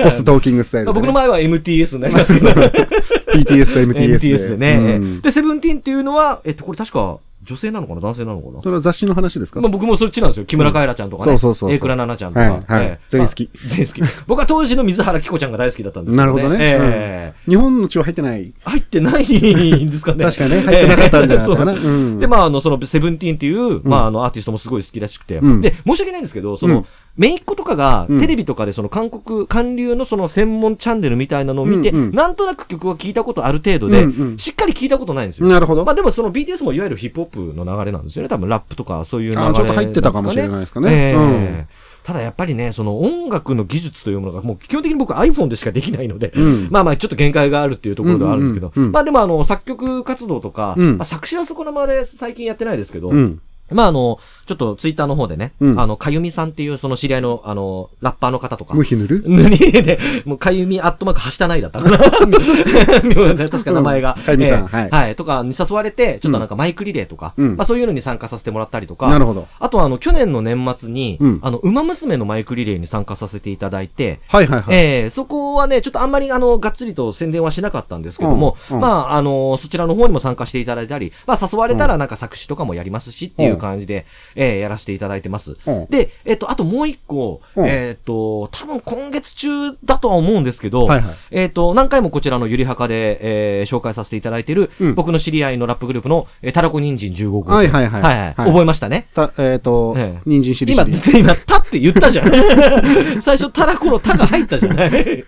S2: ストーキングスタイルでね。
S1: 僕の前は MTS
S2: [laughs]
S1: になりますけど。
S2: BTS と MTS で。
S1: MTS でね。
S2: うん
S1: で、セブンティーンっていうのは、えっと、これ確か女性なのかな男性なのかな
S2: それは雑誌の話ですか
S1: まあ、僕もそっちなんですよ。木村カエラちゃんとかね。
S2: うんそうそうそうそう
S1: えー倉奈々ちゃんとか。
S2: はいはい
S1: えー
S2: 全員好き
S1: まあ全員好き。僕は当時の水原希子ちゃんが大好きだったんですけ
S2: な
S1: ど
S2: るほ
S1: ね。
S2: どね。
S1: え
S2: うん日本の血は入ってない。
S1: ー入ってないんですかね。
S2: 確かにね、入ってなかったんじゃないかな。
S1: えーそう
S2: うん
S1: で、まあ、あの、その、セブンティーンっていう、まあ、あの、アーティストもすごい好きらしくて。
S2: うん
S1: で、申し訳ないんですけど、そうの
S2: ん、
S1: 姪っ子とかが、
S2: うん
S1: テレビとかで、その、韓国、韓流のその、専門チャンネルみたいなのを見て、
S2: うんうん
S1: なんとなく曲は聞いたことある程度で、
S2: うんうん
S1: しっかり聞いたことないんですよ。
S2: なるほど。
S1: まあでもその BTS もいわゆるヒップホップの流れなんですよね。多分ラップとかそういう流れな
S2: あ
S1: ん
S2: ー
S1: ですか
S2: ちょ
S1: ね、
S2: っと入ってたかもしれないですか
S1: え
S2: ね。
S1: え
S2: うん
S1: ただやっぱりね、その音楽の技術というものがもう基本的に僕 iPhone でしかできないので、
S2: うん
S1: まあまあちょっと限界があるっていうところではあるんですけど、
S2: うんうんうん
S1: まあでもあの作曲活動とか、
S2: うん
S1: まあ、作詞はそこのまで最近やってないですけど、
S2: うん。
S1: まああの、ちょっとツイッターの方でね、
S2: うん
S1: あの、かゆみさんっていうその知り合いのあの、ラッパーの方とか、
S2: ムヒ塗る
S1: ぬにで、もう、かゆみ、アットマーク、はしたないだったかな。
S2: [laughs]
S1: 妙な確か名前が。
S2: うんかゆみさん
S1: ええ
S2: はい
S1: はい。とか、に誘われて、ちょっとなんかマイクリレーとか、
S2: うん
S1: まあそういうのに参加させてもらったりとか、
S2: なるほど。
S1: あとあの、去年の年末に、
S2: うん
S1: あの、馬娘のマイクリレーに参加させていただいて、
S2: はいはいはい。
S1: ええそこはね、ちょっとあんまりあの、がっつりと宣伝はしなかったんですけども、
S2: うんうん
S1: まあ、あの、そちらの方にも参加していただいたり、まあ、誘われたらなんか作詞とかもやりますしっていう感じで、ええやらせていただいてます。
S2: うん
S1: で、えっと、あともう一個、
S2: うん
S1: えっと、多分今月中だとは思うんですけど、
S2: はいはい
S1: えっと、何回もこちらのゆりはかで、えー紹介させていただいてる、
S2: うん
S1: 僕の知り合いのラップグループの、えー、たらこ人参15号。
S2: はいはいはい
S1: はいはい
S2: はい
S1: 覚えましたね。
S2: たえっと
S1: ええ、
S2: 人参しりし
S1: 今、 [laughs]
S2: り。
S1: 今、たっって言ったじゃん。 [laughs] 最初、たらこのたが入ったじゃ
S2: [laughs]
S1: ない。ね、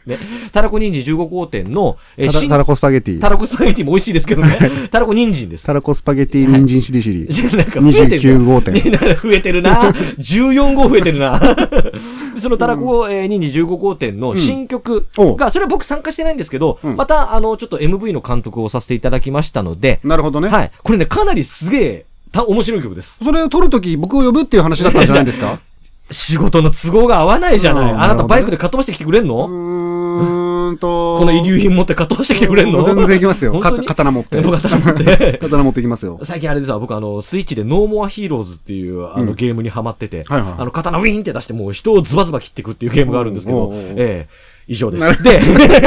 S1: たらこ人参15号店の、えー、
S2: たら
S1: 新
S2: たらこスパゲテ
S1: た
S2: ィ。
S1: らこスパゲティも美味しいですけど
S2: [laughs]
S1: ね。たらこ人参です。
S2: たらこスパゲティ人参しりしり。
S1: [laughs] なんか増えてる
S2: 29
S1: な。
S2: 号店。
S1: ね増えてるな。14号増えてるな。 [laughs] でそのたらこ、えー、人参15号店の新曲
S2: おう
S1: が、それは僕参加してないんですけど、
S2: うん
S1: また、あの、ちょっと MV の監督をさせていただきましたので、
S2: なるほどね。
S1: はい。これね、かなりすげえ、た、面白い曲です。
S2: それを撮るとき僕を呼ぶっていう話だったんじゃないですか
S1: 仕事の都合が合わないじゃない。
S2: うん
S1: あな
S2: なる
S1: た
S2: ほど
S1: バ
S2: ね
S1: イクでかっ飛ばしてきてくれん
S2: う
S1: の、
S2: ーん
S1: [laughs]
S2: と。
S1: この遺留品持ってかっ飛ばしてきてくれんの
S2: 全然行きますよ。
S1: 本当に
S2: か刀持って。
S1: 僕は頼んで。
S2: [laughs] 刀持って行きますよ。
S1: 最近あれですわ、僕あの、スイッチでノーモアヒーローズっていうあの、
S2: うん
S1: ゲームにハマってて、
S2: はいはい
S1: あの、刀ウィーンって出してもう人をズバズバ切っていくっていうゲームがあるんですけど、
S2: おうおうおう
S1: ええ以上で
S2: なる
S1: す。で、 [laughs]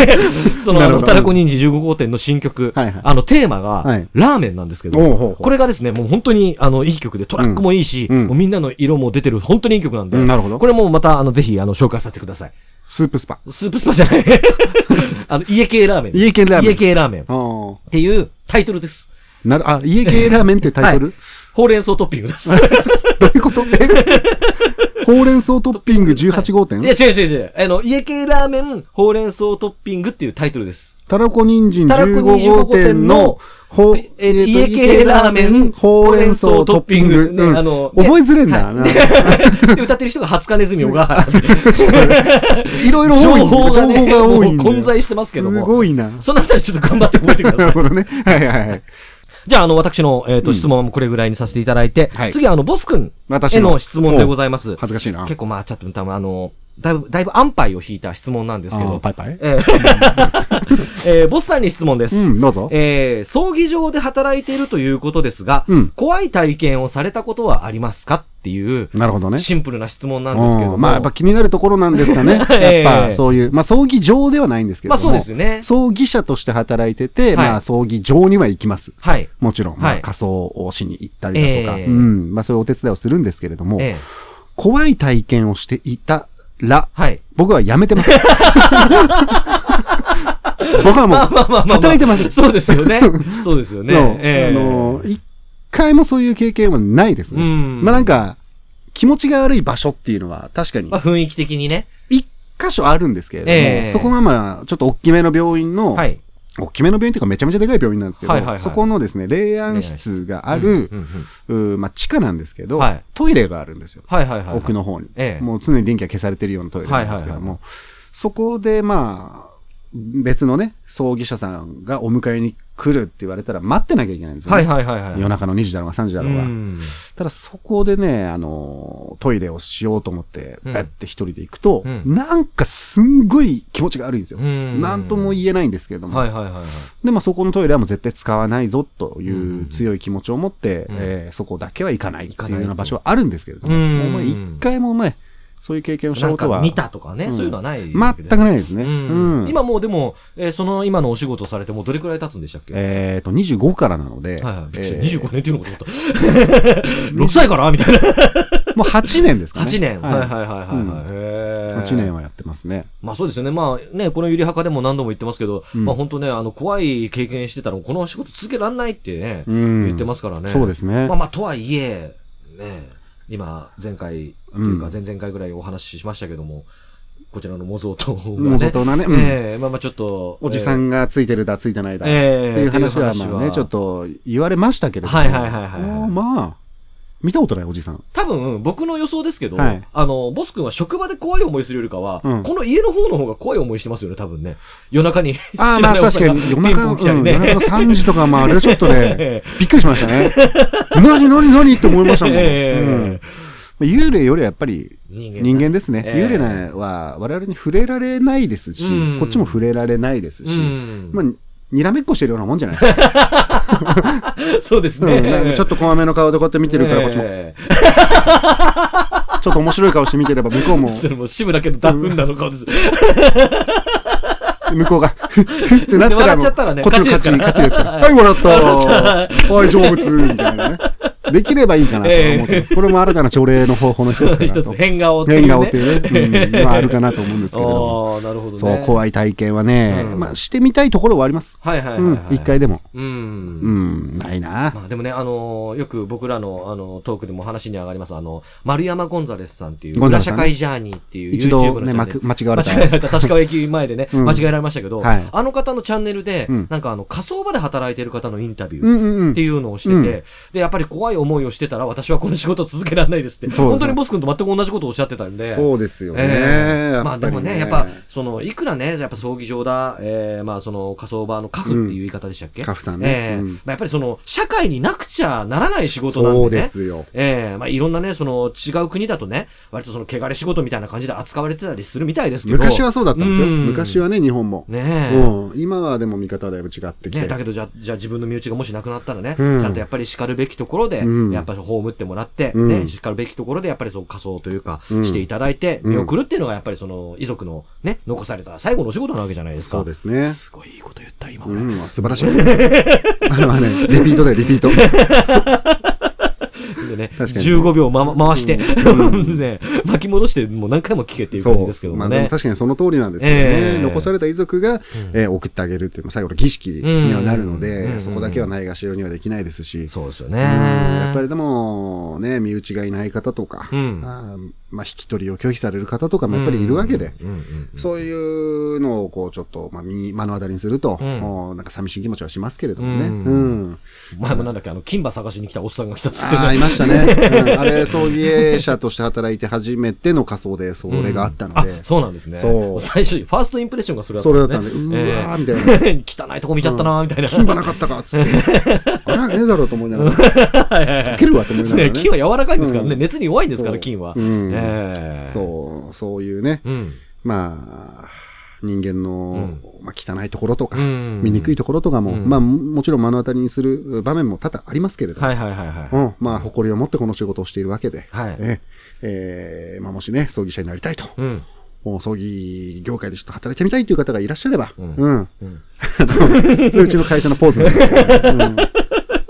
S1: その、あ
S2: なる
S1: の、
S2: ほど
S1: たらこ人参15号店の新曲、
S2: はいはい
S1: あの、テーマが、
S2: はい
S1: ラーメンなんですけど、
S2: おうほうほう
S1: これがですね、もう本当に、あの、いい曲で、トラックもいいし、
S2: うんうん
S1: もうみんなの色も出てる、本当にいい曲なんで、
S2: うんなるほど
S1: これもまた、あの、ぜひ、あの、紹介させてください。
S2: スープスパ。
S1: スープスパじゃない。 [laughs] あの、家系ラーメンです。
S2: 家系ラーメン
S1: 家系ラーメン。っ
S2: あー
S1: ていうタイトルです。
S2: なる、あ、家系ラーメンってタイトル、
S1: ほうれん草トッピングです。
S2: [laughs] どういうことえほうれん草トッピング18号店、
S1: いや、違う違う違う。あの、家系ラーメン、ほうれん草トッピングっていうタイトルです。
S2: たらこ人参
S1: たらこ
S2: 15号店の、ほう
S1: え
S2: ーと
S1: 家系ラーメン、
S2: ほうれん草トッピング。
S1: ね
S2: うん
S1: あのね
S2: 覚えづれんだ
S1: [laughs]
S2: な。
S1: で、歌ってる人がハツカネズミをが、
S2: [laughs] いろいろ多い。
S1: 情報がね、
S2: 情報が多いん
S1: も
S2: だよ
S1: う混在してますけども。
S2: [laughs] すごいな。
S1: そのあたりちょっと頑張って覚えてくださ
S2: なる
S1: い。
S2: [laughs] ほどね。はいはい
S1: [laughs]
S2: はい。
S1: じゃあ、あの、私の、えっ、と、質問はもうこれぐらいにさせていただいて、
S2: はい
S1: 次、あの、ボス君
S2: 私
S1: へ
S2: の
S1: の質問でございます。
S2: 恥ずかしいな。
S1: 結構、まあ、ちょっと、多分あの、だいぶ、だいぶ安牌を引いた質問なんですけ
S2: あー
S1: ど、
S2: パイパイ
S1: えー [laughs] えーボスさんに質問です。
S2: うん、どうぞ。
S1: えー葬儀場で働いているということですが、
S2: うん
S1: 怖い体験をされたことはありますかっていう、
S2: なるほどね。
S1: シンプルな質問なんですけども。
S2: うんまあやっぱ気になるところなんで
S1: [laughs]
S2: すかね。
S1: ええ
S2: やっぱそういう、まあ葬儀場ではないんですけど
S1: まあ
S2: も、
S1: そうですよね。
S2: 葬儀者として働いてて、
S1: はい
S2: まあ葬儀場には行きます。
S1: はい。
S2: もちろん、ま
S1: は
S2: あ
S1: い
S2: 仮装をしに行ったりだとか、
S1: ええ
S2: うん、まあそういうお手伝いをするんですけれども、
S1: ええ
S2: 怖い体験をしていたら、
S1: はい。 [laughs]
S2: 僕はやめてます。僕はもう、
S1: まあまあまあまあ
S2: 働いてます。
S1: そうですよ
S2: [laughs]
S1: ね。そうですよね。
S2: の
S1: ええ
S2: あの、一回もそういう経験はないですね。
S1: うん
S2: まあなんか、気持ちが悪い場所っていうのは確かに
S1: まあ、雰囲気的にね。
S2: 一箇所あるんですけれども、
S1: ええ
S2: そこがまあ、ちょっと大きめの病院の、
S1: はい。
S2: 大きめの病院というかめちゃめちゃでかい病院なんですけど、
S1: はいはいはい
S2: そこのですね、霊安室がある、
S1: うんうんうん
S2: うーまあ、地下なんですけど、
S1: はい
S2: トイレがあるんですよ。
S1: はいはいはいはい。
S2: 奥の方に、
S1: ええ
S2: もう常に電気が消されてるようなトイレなんですけども、
S1: はいはい
S2: そこでまあ、別のね、葬儀者さんがお迎えに来るって言われたら待ってなきゃいけないんですよ、ね。
S1: はいはいはいはい。
S2: 夜中の2時だろうが3時だろう
S1: う
S2: が。
S1: ん
S2: ただそこでね、あの、トイレをしようと思って、
S1: うん
S2: ペッて一人で行くと、
S1: うん
S2: なんかすんごい気持ちが悪いんですよ。
S1: うん
S2: なんとも言えないんですけれども。
S1: はいはいはいはい。
S2: で、まあそこのトイレはもう絶対使わないぞと
S1: うんう
S2: い
S1: ん
S2: う強い気持ちを持って、
S1: うん
S2: えーそこだけは行かないって
S1: 行か
S2: いう
S1: ない
S2: ような場所はあるんですけれども、
S1: うん
S2: もうお前一回もお前、そういう経験をした
S1: なん
S2: こと
S1: か
S2: は、
S1: 見たとかね、
S2: うん
S1: そういうのはない
S2: 全くないですね。
S1: うん
S2: うん
S1: 今もうでも、えーその今のお仕事されてもうどれくらい経つんでしたっけ
S2: えっ、と、25からなので、
S1: はいはい。びっくりした
S2: え
S1: 25年っていうのかと思った。6歳 [laughs] からみたいな。
S2: ーもう8年ですかね。
S1: 8年。はいはいはい
S2: うん
S1: はい。へー
S2: 8年。はやってますね。
S1: まあそうですよね。まあね、このゆりはかでも何度も言ってますけど、
S2: うん
S1: まあ本当ね、あの、怖い経験してたら、この仕事続けらんないってね、
S2: うん。
S1: 言ってますからね。
S2: そうですね。
S1: まあまあ、とはいえ、ね、今、前回、というか
S2: うん
S1: 前々回ぐらいお話ししましたけども、こちらの模造刀が
S2: もう
S1: ね、
S2: 相当なね、うん
S1: ええまあまあちょっと、
S2: おじさんがついてるだ、ついてないだ、
S1: ええ、ええ
S2: っていう話はまあね、ちょっ。と言われましたけれども、
S1: はいはいはいはい
S2: もうまあ、見たことないおじさん。
S1: 多分、僕の予想ですけど、
S2: はい
S1: あの、ボス君は職場で怖い思いするよりかは、
S2: うん
S1: この家の方の方が怖い思いしてますよね、多分ね。夜中に [laughs] 知
S2: ああ、まあ確かに
S1: ピン
S2: 夜中
S1: ポ
S2: の、
S1: ン来たりね。
S2: うん夜中の3時とか、まああれはちょっとね、
S1: [laughs] ええ
S2: びっくりしましたね。何、何、何って思いましたもん。
S1: え
S2: うん
S1: え
S2: まあ幽霊よりはやっぱり
S1: 人間。
S2: 人間ですね。
S1: ええ
S2: 幽霊は我々に触れられないですし
S1: うん、
S2: こっちも触れられないです
S1: う
S2: し、
S1: ん。
S2: まあ、にらめっこしてるようなもんじゃない
S1: [laughs]
S2: ですか。
S1: そうです
S2: う
S1: ね。
S2: んなんかちょっと怖めの顔でこうやって見てるから、こっちも
S1: ええ
S2: ちょっと面白い顔して見てれば、向こうも、
S1: それも渋だけどダウンなの顔です。
S2: 向こうが、ふっ [laughs] ふっってなったらもう、
S1: 笑っちゃったらね [laughs]
S2: こっちの勝ち、
S1: 勝
S2: 勝ちですから。はい、笑ったはい、成仏みたいなね。できればいいかなとは思ってます。これも新たな朝礼の方法の一
S1: そう
S2: つか
S1: 一
S2: な
S1: つ
S2: と。
S1: 変顔っていう、ね、
S2: 変顔っ
S1: [laughs]
S2: ていうね、うん、まああるかなと思うんですけ
S1: あ
S2: れども。
S1: あなるほどね
S2: そう、怖い体験はね、
S1: うん
S2: まあしてみたいところはあります。
S1: はいはいは
S2: う
S1: い
S2: ん、
S1: は
S2: 一、
S1: い
S2: 回でも。
S1: うん
S2: うん、ないな。
S1: [laughs] まあ、でもね、あのーよく僕らの、あのートークでも話に上がります、あの、丸山ゴンザレスさんっていう、
S2: ゴンザ
S1: 裏
S2: レスさ
S1: 社
S2: んね
S1: 会ジャーニーっていう YouTube
S2: 一度
S1: の
S2: ね、
S1: チャン
S2: ま
S1: ネ
S2: く
S1: ル
S2: 間違わ
S1: 間
S2: れ
S1: 違え
S2: た。
S1: られた、確か駅前でね、
S2: うん
S1: 間違えられましたけど、
S2: はい
S1: あの方のチャンネルで、
S2: うん
S1: なんかあの、仮想場で働いてる方のインタビュ
S2: う
S1: ー
S2: んうんう
S1: っ
S2: ん
S1: て。いうのをしてて、
S2: うん
S1: で、やっぱり怖い思いをしてたら、私はこの仕事を続けられないですって、
S2: そうですね
S1: 本当にボス君と全く同じことをおっしゃってたんで、
S2: そうですよね。
S1: ええ
S2: やっぱり
S1: まあでもね、やっぱ、その、いくらね、やっぱ葬儀場だ、えーまあその、仮想場のカフっていう言い方でしたっけ、
S2: カフさん
S1: え
S2: ね。
S1: え
S2: うん
S1: まあ、やっぱりその、社会になくちゃならない仕事なんでね。
S2: そうですよ。
S1: ええまあ、いろんなね、その、違う国だとね、割とその、汚れ仕事みたいな感じで扱われてたりするみたいですけど。
S2: 昔はそうだったんですよ。
S1: うん
S2: 昔はね、日本も。
S1: ねえ。
S2: うん、今はでも見方はだいぶ違ってき
S1: ね、
S2: て。
S1: だけど、じゃあ、じゃあ自分の身内がもしなくなったらね、
S2: うん
S1: ちゃんとやっぱり叱るべきところで、
S2: うん
S1: やっぱり葬ってもらって、
S2: うん
S1: ね、叱るべきところで、やっぱりそう仮装というか、
S2: うん
S1: していただいて、
S2: うん
S1: 見送るっていうのが、やっぱりその、遺族のね、残された最後のお仕事なわけじゃないですか。
S2: そうですね。
S1: すごいいいこと言った、今俺。
S2: うん、素晴らしいです。 [laughs] あれはね、リピートだよ、リピート。
S1: でね、
S2: 確かに
S1: 15秒、ま、回して、[laughs]
S2: う
S1: ね、巻き戻して、もう何回も聞けっていう感じですけ
S2: そ
S1: ど
S2: う。
S1: も
S2: まあでも
S1: ね。
S2: 確かにその通りなんですよね。
S1: ええ
S2: 残された遺族が、えー送ってあげるっていう、最後の儀式にはなるので、
S1: うん
S2: そこだけはないがしろにはできないですし。
S1: そうですよ
S2: う
S1: ね。
S2: んやっぱりでも、ね、身内がいない方とか、
S1: うん
S2: あーまあ、引き取りを拒否される方とかもやっぱりいるわけで、
S1: うんうんうんうん
S2: そういうのをこうちょっと、まあ、身目の当たりにすると、
S1: うん
S2: もうなんか寂しい気持ちはしますけれどもね。
S1: う
S2: うんん
S1: 前もなんだっけ、あの、金馬探しに来たおっさんが来たっつって
S2: ああ、
S1: ね。
S2: いましたね。うんあれ、葬儀者として働いて初めての仮装で、それがあったので、
S1: あそうなんですね。
S2: そう
S1: 最初に、ファーストインプレッションがそれだった
S2: そ
S1: ん
S2: れ
S1: で
S2: だ
S1: す
S2: ったん
S1: ね。
S2: で、うわーみたいな。
S1: えー [laughs] 汚いとこ見ちゃったなーみたいな。
S2: 金歯なかったかっつって。あれねえだろうと思いながら、か
S1: [laughs] はいはいはい
S2: けるわと思いながら
S1: ね
S2: ね。
S1: 金は柔らかいですからね。
S2: うん
S1: 熱に弱いんですから、金は。
S2: うん
S1: えー
S2: そう、そういうね、
S1: うん。
S2: まあ、人間の、まあ、汚いところとか、
S1: うん
S2: 醜いところとかも、
S1: うん
S2: まあ、もちろん目の当たりにする場面も多々ありますけれども、
S1: はいはいはいはい。
S2: うん、まあ、誇りを持ってこの仕事をしているわけで、
S1: はい
S2: ええーまあ、もしね、葬儀者になりたいと、
S1: うん。
S2: もう葬儀業界でちょっと働いてみたいという方がいらっしゃれば、
S1: うん
S2: うん、 [laughs]
S1: うん
S2: それうちの会社のポーズなんですけど、うん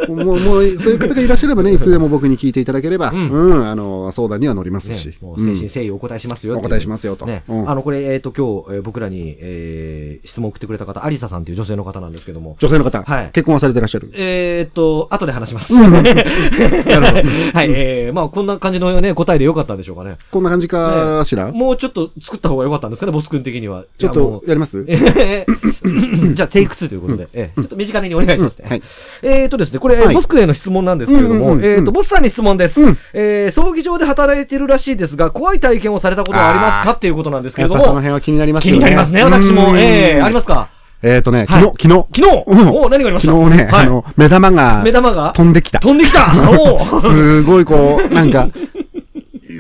S2: もう、もう、そういう方がいらっしゃればね、いつでも僕に聞いていただければ、
S1: うん
S2: うん、あの、相談には乗ります
S1: ね
S2: し、
S1: もう精
S2: う
S1: 神
S2: ん
S1: 誠意お答えしますよ
S2: お
S1: っていう
S2: 答えしますよと。
S1: ね
S2: うん
S1: あのこれ、えー、と今日、えー僕らに、えー質問を送ってくれた方、アリサさんという女性の方なんですけども、
S2: 女性の方、
S1: はい
S2: 結婚はされてらっしゃる。
S1: えっ、と、後で話します。 [laughs]
S2: うん
S1: は
S2: なる
S1: い、
S2: ほど。
S1: えーまあこんな感じの、ね、答えでよかったんでしょうかね。
S2: こんな感じかしら、
S1: もうちょっと作った方がよかったんですかね、ボス君的には。
S2: ちょっとやります
S1: いや。もうえー [laughs] じゃあ、テイク2ということで、えーちょっと短めにお願いしますね。
S2: うんはい
S1: えっ、とですね、これ、
S2: はい
S1: ボス君への質問なんですけれども、
S2: うんうんうん
S1: えっ、と、ボスさんに質問です。
S2: うん
S1: えー葬儀場で働いてるらしいですが、怖い体験をされたことはありますかっていうことなんですけ
S2: や
S1: れど
S2: っぱ
S1: も、
S2: その辺は気になります
S1: 気
S2: よね。。
S1: になりますね、私も。ええありますすか
S2: えっ、とね、
S1: はい
S2: 昨日、昨日、
S1: 昨日、
S2: うん
S1: おお何がありました
S2: 昨日ね、
S1: はい
S2: あの、目玉が
S1: 目玉が
S2: 飛んできた。
S1: 飛んできたおお
S2: すごいこう、なんか、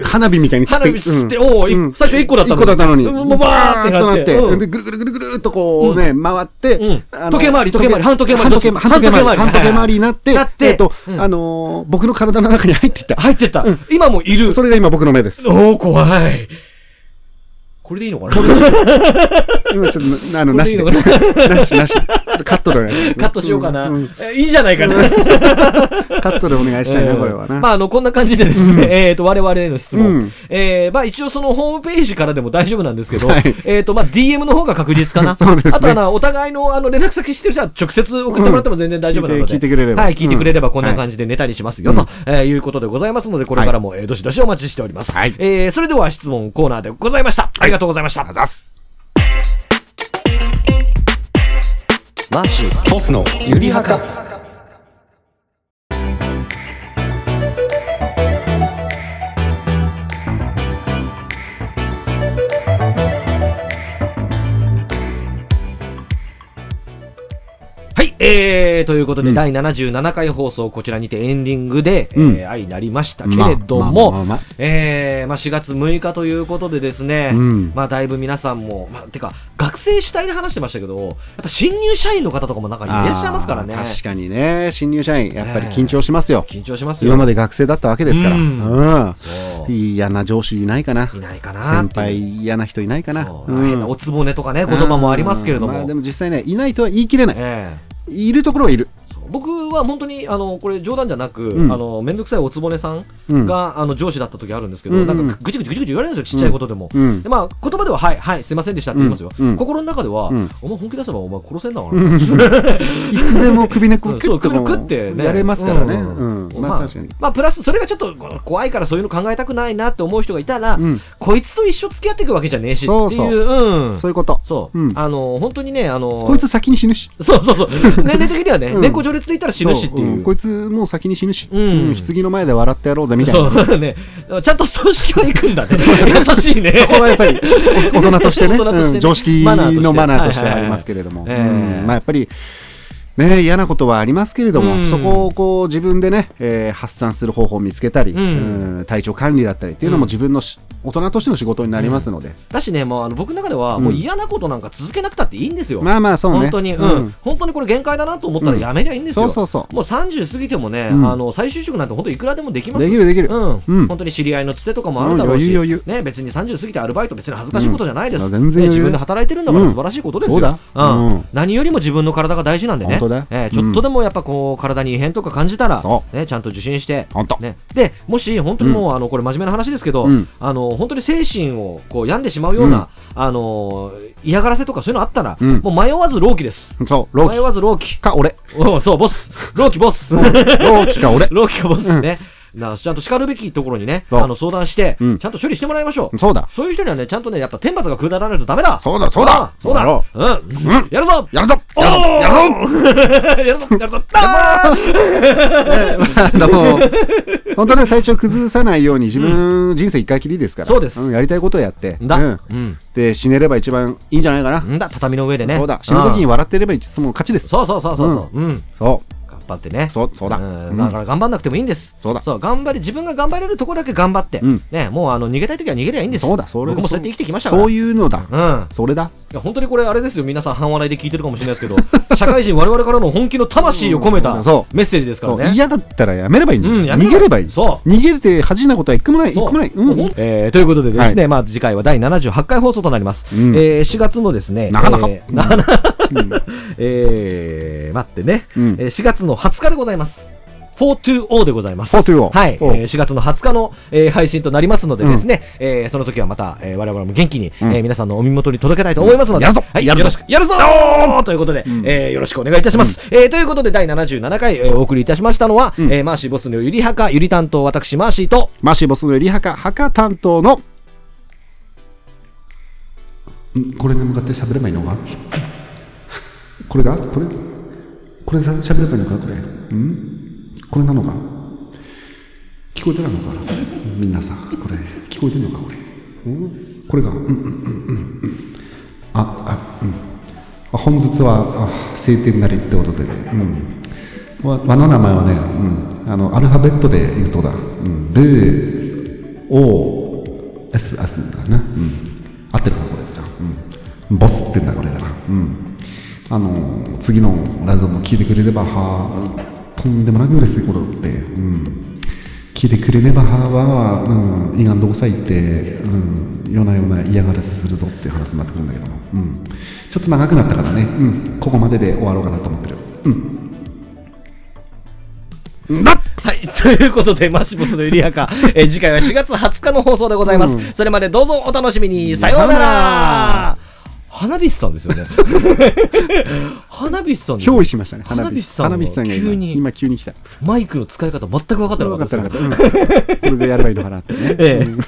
S2: 花火みたいに散っ
S1: 花
S2: て
S1: 火散って、
S2: うん
S1: おお、い
S2: うん
S1: 最初1個だったの
S2: 一個だったのに。
S1: もうバーってな
S2: バ
S1: っ
S2: ー
S1: て。
S2: と
S1: うん
S2: で、ぐるぐるぐるぐるっとこうね、回って
S1: うん、
S2: あの
S1: 時計回り時計回り半時計回り
S2: 半時計
S1: どっち
S2: 半時計回り、
S1: 半
S2: 半
S1: 時計回り
S2: 時計回りになって、
S1: なって
S2: えっと、
S1: うん
S2: あのー、僕の体の中に入っていった。
S1: 入ってった、今もいる。
S2: それが今僕の目です。
S1: おお、怖い。これでいいのかな
S2: 今ちょっと
S1: [laughs]
S2: な、あの、
S1: これ
S2: な
S1: でいい
S2: しで。
S1: の
S2: なし、なし。ちょっとカットでお願いします。
S1: カットしようかな。
S2: ん
S1: えいいんじゃないかな。
S2: カットでお願いしたいな、これは
S1: えー
S2: な。
S1: まあ、あの、こんな感じでですね、えっと、我々への質問。
S2: うん
S1: えーまあ、一応そのホームページからでも大丈夫なんですけど、
S2: はい
S1: えっと、まあ、DM の方が確実かな。
S2: [laughs] そうですね
S1: あとはな、お互いの、あの、連絡先してる人は直接送ってもらっても全然大丈夫なので。
S2: 聞いて聞いてくれれば
S1: はい、聞いてくれれば
S2: うん
S1: こんな感じでネタにしますよ、と、えーいうことでございますので、これからも、えーどしどしお待ちしております。
S2: はい
S1: えーそれでは質問コーナーでございました。ありがとうございました。
S2: ざす。マーシー、ボスのゆりはか。
S1: はい、えー、ということで、
S2: うん
S1: 第77回放送、こちらにてエンディングで、
S2: うん
S1: えー愛になりましたけれども、
S2: まあまあまあまあ
S1: えーまあ、4月6日ということでですね、
S2: うん
S1: まあ、だいぶ皆さんも、まあ、てか、学生主体で話してましたけど、やっぱ新入社員の方とかもなんかいらっしゃいますからね。
S2: あー確かにね、新入社員、やっぱり緊張しますよ。
S1: 緊張しますよ。
S2: 今まで学生だったわけですから。
S1: う
S2: うんん。
S1: そう。
S2: 嫌な上司いないかない
S1: ないかな
S2: 先
S1: っていう
S2: 輩嫌な人いないかな
S1: そ。う
S2: うん
S1: 変なおつぼねとかね、言葉もありますけれども。
S2: うんまあでも実際ね、いないとは言い切れない。
S1: え
S2: いるところはいる。
S1: えそう僕は本当にあのこれ冗談じゃなく、
S2: うん
S1: あの面倒くさいおつぼねさん
S2: うん、
S1: が、あの上司だった時あるんですけど、
S2: うん
S1: なんかぐちぐちぐちぐち言われるんですよちっちゃいことでも、
S2: うん
S1: で、まあ言葉でははいはいすいませんでしたって言いますよ、
S2: うんうん
S1: 心の中では、
S2: うん
S1: お前本気出せばお前殺せんだから、
S2: [laughs] うんいつでも首根っこをク
S1: そ
S2: ッ
S1: う首根っこ食ってね
S2: とやれますから
S1: う
S2: ね。
S1: ん
S2: うんまあ確かに。
S1: まあプラスそれがちょっとこう怖いからそういうの考えたくないなって思う人がいたら、
S2: うん
S1: こいつと一緒付き合っていくわけじゃねえしっていう
S2: そうそう
S1: うん
S2: そういうこと。
S1: そう、
S2: うん
S1: あの本当にねあの
S2: こいつ先に死ぬし。
S1: そうそうそう年齢的にはね、
S2: うん
S1: 年功序列で言ったら死ぬしってい
S2: そう
S1: う、
S2: んこいつもう先に死ぬし。
S1: うん
S2: うん棺の前で笑ってやろうぜみたいな。
S1: そうね。ちゃんと葬式は行くんだね。優しいね。
S2: ここはや
S1: [laughs]
S2: っぱりお大人としてね
S1: 大人としてね
S2: うん常識
S1: マナーとして
S2: のマナーとしてありますけれども、
S1: はいはいはいええ
S2: うんまあ、やっぱり、ね、嫌なことはありますけれども、
S1: うん
S2: そこをこう自分でね、えー発散する方法を見つけたり、
S1: うん
S2: うん体調管理だったりっていうのも自分のし、大人としての仕事になりますので、
S1: だしね、もうあの僕の中では、
S2: うん
S1: もう嫌なことなんか続けなくたっていいんですよ。
S2: まあまあそうね
S1: 本当に、うん、本当にこれ限界だなと思ったらやめりゃいいんですよ。
S2: そうそうそ
S1: もう30過ぎてもね、
S2: うん
S1: あの再就職なんて本当いくらでもでき
S2: う
S1: ます
S2: で
S1: よ
S2: きるできる、
S1: うん、
S2: うん
S1: 本当に知り合いのつてとかもあるだろう
S2: うん
S1: し、
S2: 余裕余
S1: ね、別に30過ぎてアルバイト、別に恥ずかしいことじゃないです、
S2: うん全然余裕
S1: ね自分で働いてるんだか
S2: う
S1: ら
S2: ん
S1: 素晴らしいことですよ、
S2: そうだ
S1: ん
S2: うん
S1: 何よりも自分の体が大事なんでね、
S2: 本当だ
S1: えーちょっとでもやっぱこう体に異変とか感じたら
S2: そ、
S1: ね、ちゃんと受診して、
S2: 本当、
S1: ね、でもし本当にもう、あのこれ、真面目な話ですけど、
S2: うん
S1: あの本当に精神をこう病んでしまうような、あの嫌がらせとかそういうのあったら、
S2: うん
S1: もう迷わず老期です。
S2: そうロー
S1: 迷わず老期
S2: キ
S1: [laughs]
S2: か俺
S1: おうそう、ボス。老期ボス。 [laughs]
S2: ローキか俺
S1: ローキかボスね。なちゃんと叱るべきところにね、
S2: そう
S1: あの相談して、
S2: うん
S1: ちゃんと処理してもらいましょう。
S2: そうだ
S1: そういう人にはね、ちゃんとね、やっぱ天罰が下らないとダメだ
S2: そうだそうだ
S1: あそうだ
S2: ろ
S1: うん、
S2: うん
S1: やるぞ
S2: うやるぞ
S1: おー
S2: やるぞやる
S1: [laughs] やる
S2: ぞ
S1: ぞやるぞあー
S2: えー [laughs] あの、本当ね、体調崩さないように、自分、人生一回きりですから。
S1: そうです
S2: んやりたいことをやって。
S1: んだ、
S2: うん
S1: うん、
S2: で、死ねれば一番いいんじゃないかな。
S1: んだ、畳の上でね。
S2: そうだ。死ぬ時に
S1: は。
S2: 笑ってれば一つもう勝ちです。
S1: そうそうそうそうそう。うん。
S2: そう。
S1: 頑張ってね。
S2: そう、そうだ。
S1: ん
S2: うん
S1: だから頑張んなくてもいいんです。
S2: そうだ
S1: そう、頑張り、自分が頑張れるとこだけ頑張って。
S2: うん
S1: ね、もうあの逃げたいときは逃げりゃいいんです。
S2: そうだそれ
S1: 僕もそうやって生きてきましたから。
S2: そういうのだ。
S1: うん。
S2: それだ。
S1: いや本当にこれあれですよ皆さん半笑いで聞いてるかもしれないですけど [laughs] 社会人我々からの本気の魂を込めた
S2: うんそ
S1: メッセージですから
S2: そう
S1: ね
S2: 嫌だったらやめればいいんだ
S1: うんや
S2: よ
S1: め
S2: 逃げればいい。
S1: そ
S2: 逃げて恥じなことは一個もない。一
S1: そう
S2: 個もない。う。
S1: もうんえーということでですね、まあ次回は第78回放送となります、
S2: うん
S1: えー4月のですね
S2: なかなか
S1: えーなかなかえー待ってね、
S2: うん
S1: えー4月の20日でございます420でございます。
S2: 420
S1: はい。え
S2: おう
S1: ー4月の20日の、えー配信となりますのでですね、えーその時はまた、えー我々も元気に、
S2: うん
S1: えー皆さんのお身元に届けたいと思いますので、
S2: やるぞ
S1: はい、
S2: やる
S1: よ
S2: ぞ
S1: ろしくやるぞということで、
S2: ん
S1: えーよろしくお願いいたします。えーということで、第77回、えーお送りいたしましたのは、
S2: うん
S1: えーマーシーボスのゆりはか、ゆり担当、私、マーシーと、
S2: マーシーボスのよりはか、はか担当の。んこれに向かって喋ればいいのかこれがこれこれさ喋ればいいのかこれんこれなのか聞こえてないのかみんなさこれ聞こえてんのかこれんこれがうんうんうんうんうんああうんあ本日はあ晴天なりってことでね、うん、わ和の名前はね、うん、あのアルファベットで言うとだ、うん、ルー、オー、S、S だな、うん、合ってるかな、これじゃあ、うん、ボスって言うんだ、これだな、うん、あの次のラジオも聞いてくれれば、はあ、とんでもなく嬉しいことって、うん、聞いてくれれば、はあ、うん、胃がんどうさいって、うん、ようなような嫌がらせするぞっていう話になってくるんだけども、うん、ちょっと長くなったからね、うん、ここまでで終わろうかなと思ってる。
S1: はい。 [laughs] ということで、マーシーボスのゆりはか、えー次回は4月20日の放送でございます。それまでどうぞお楽しみに。さような
S2: さような
S1: ら花火師さん [laughs] ですよね。花火師さんですよ
S2: 憑依しましたね
S1: 花火師さん
S2: 花火師さんが今
S1: 急に
S2: 今急に来た
S1: マイクの使い方全く分かってなか
S2: 分
S1: った
S2: かっ
S1: です
S2: た
S1: ね
S2: 分かった、うんこれでやればいいのかなってね、
S1: ええ
S2: うん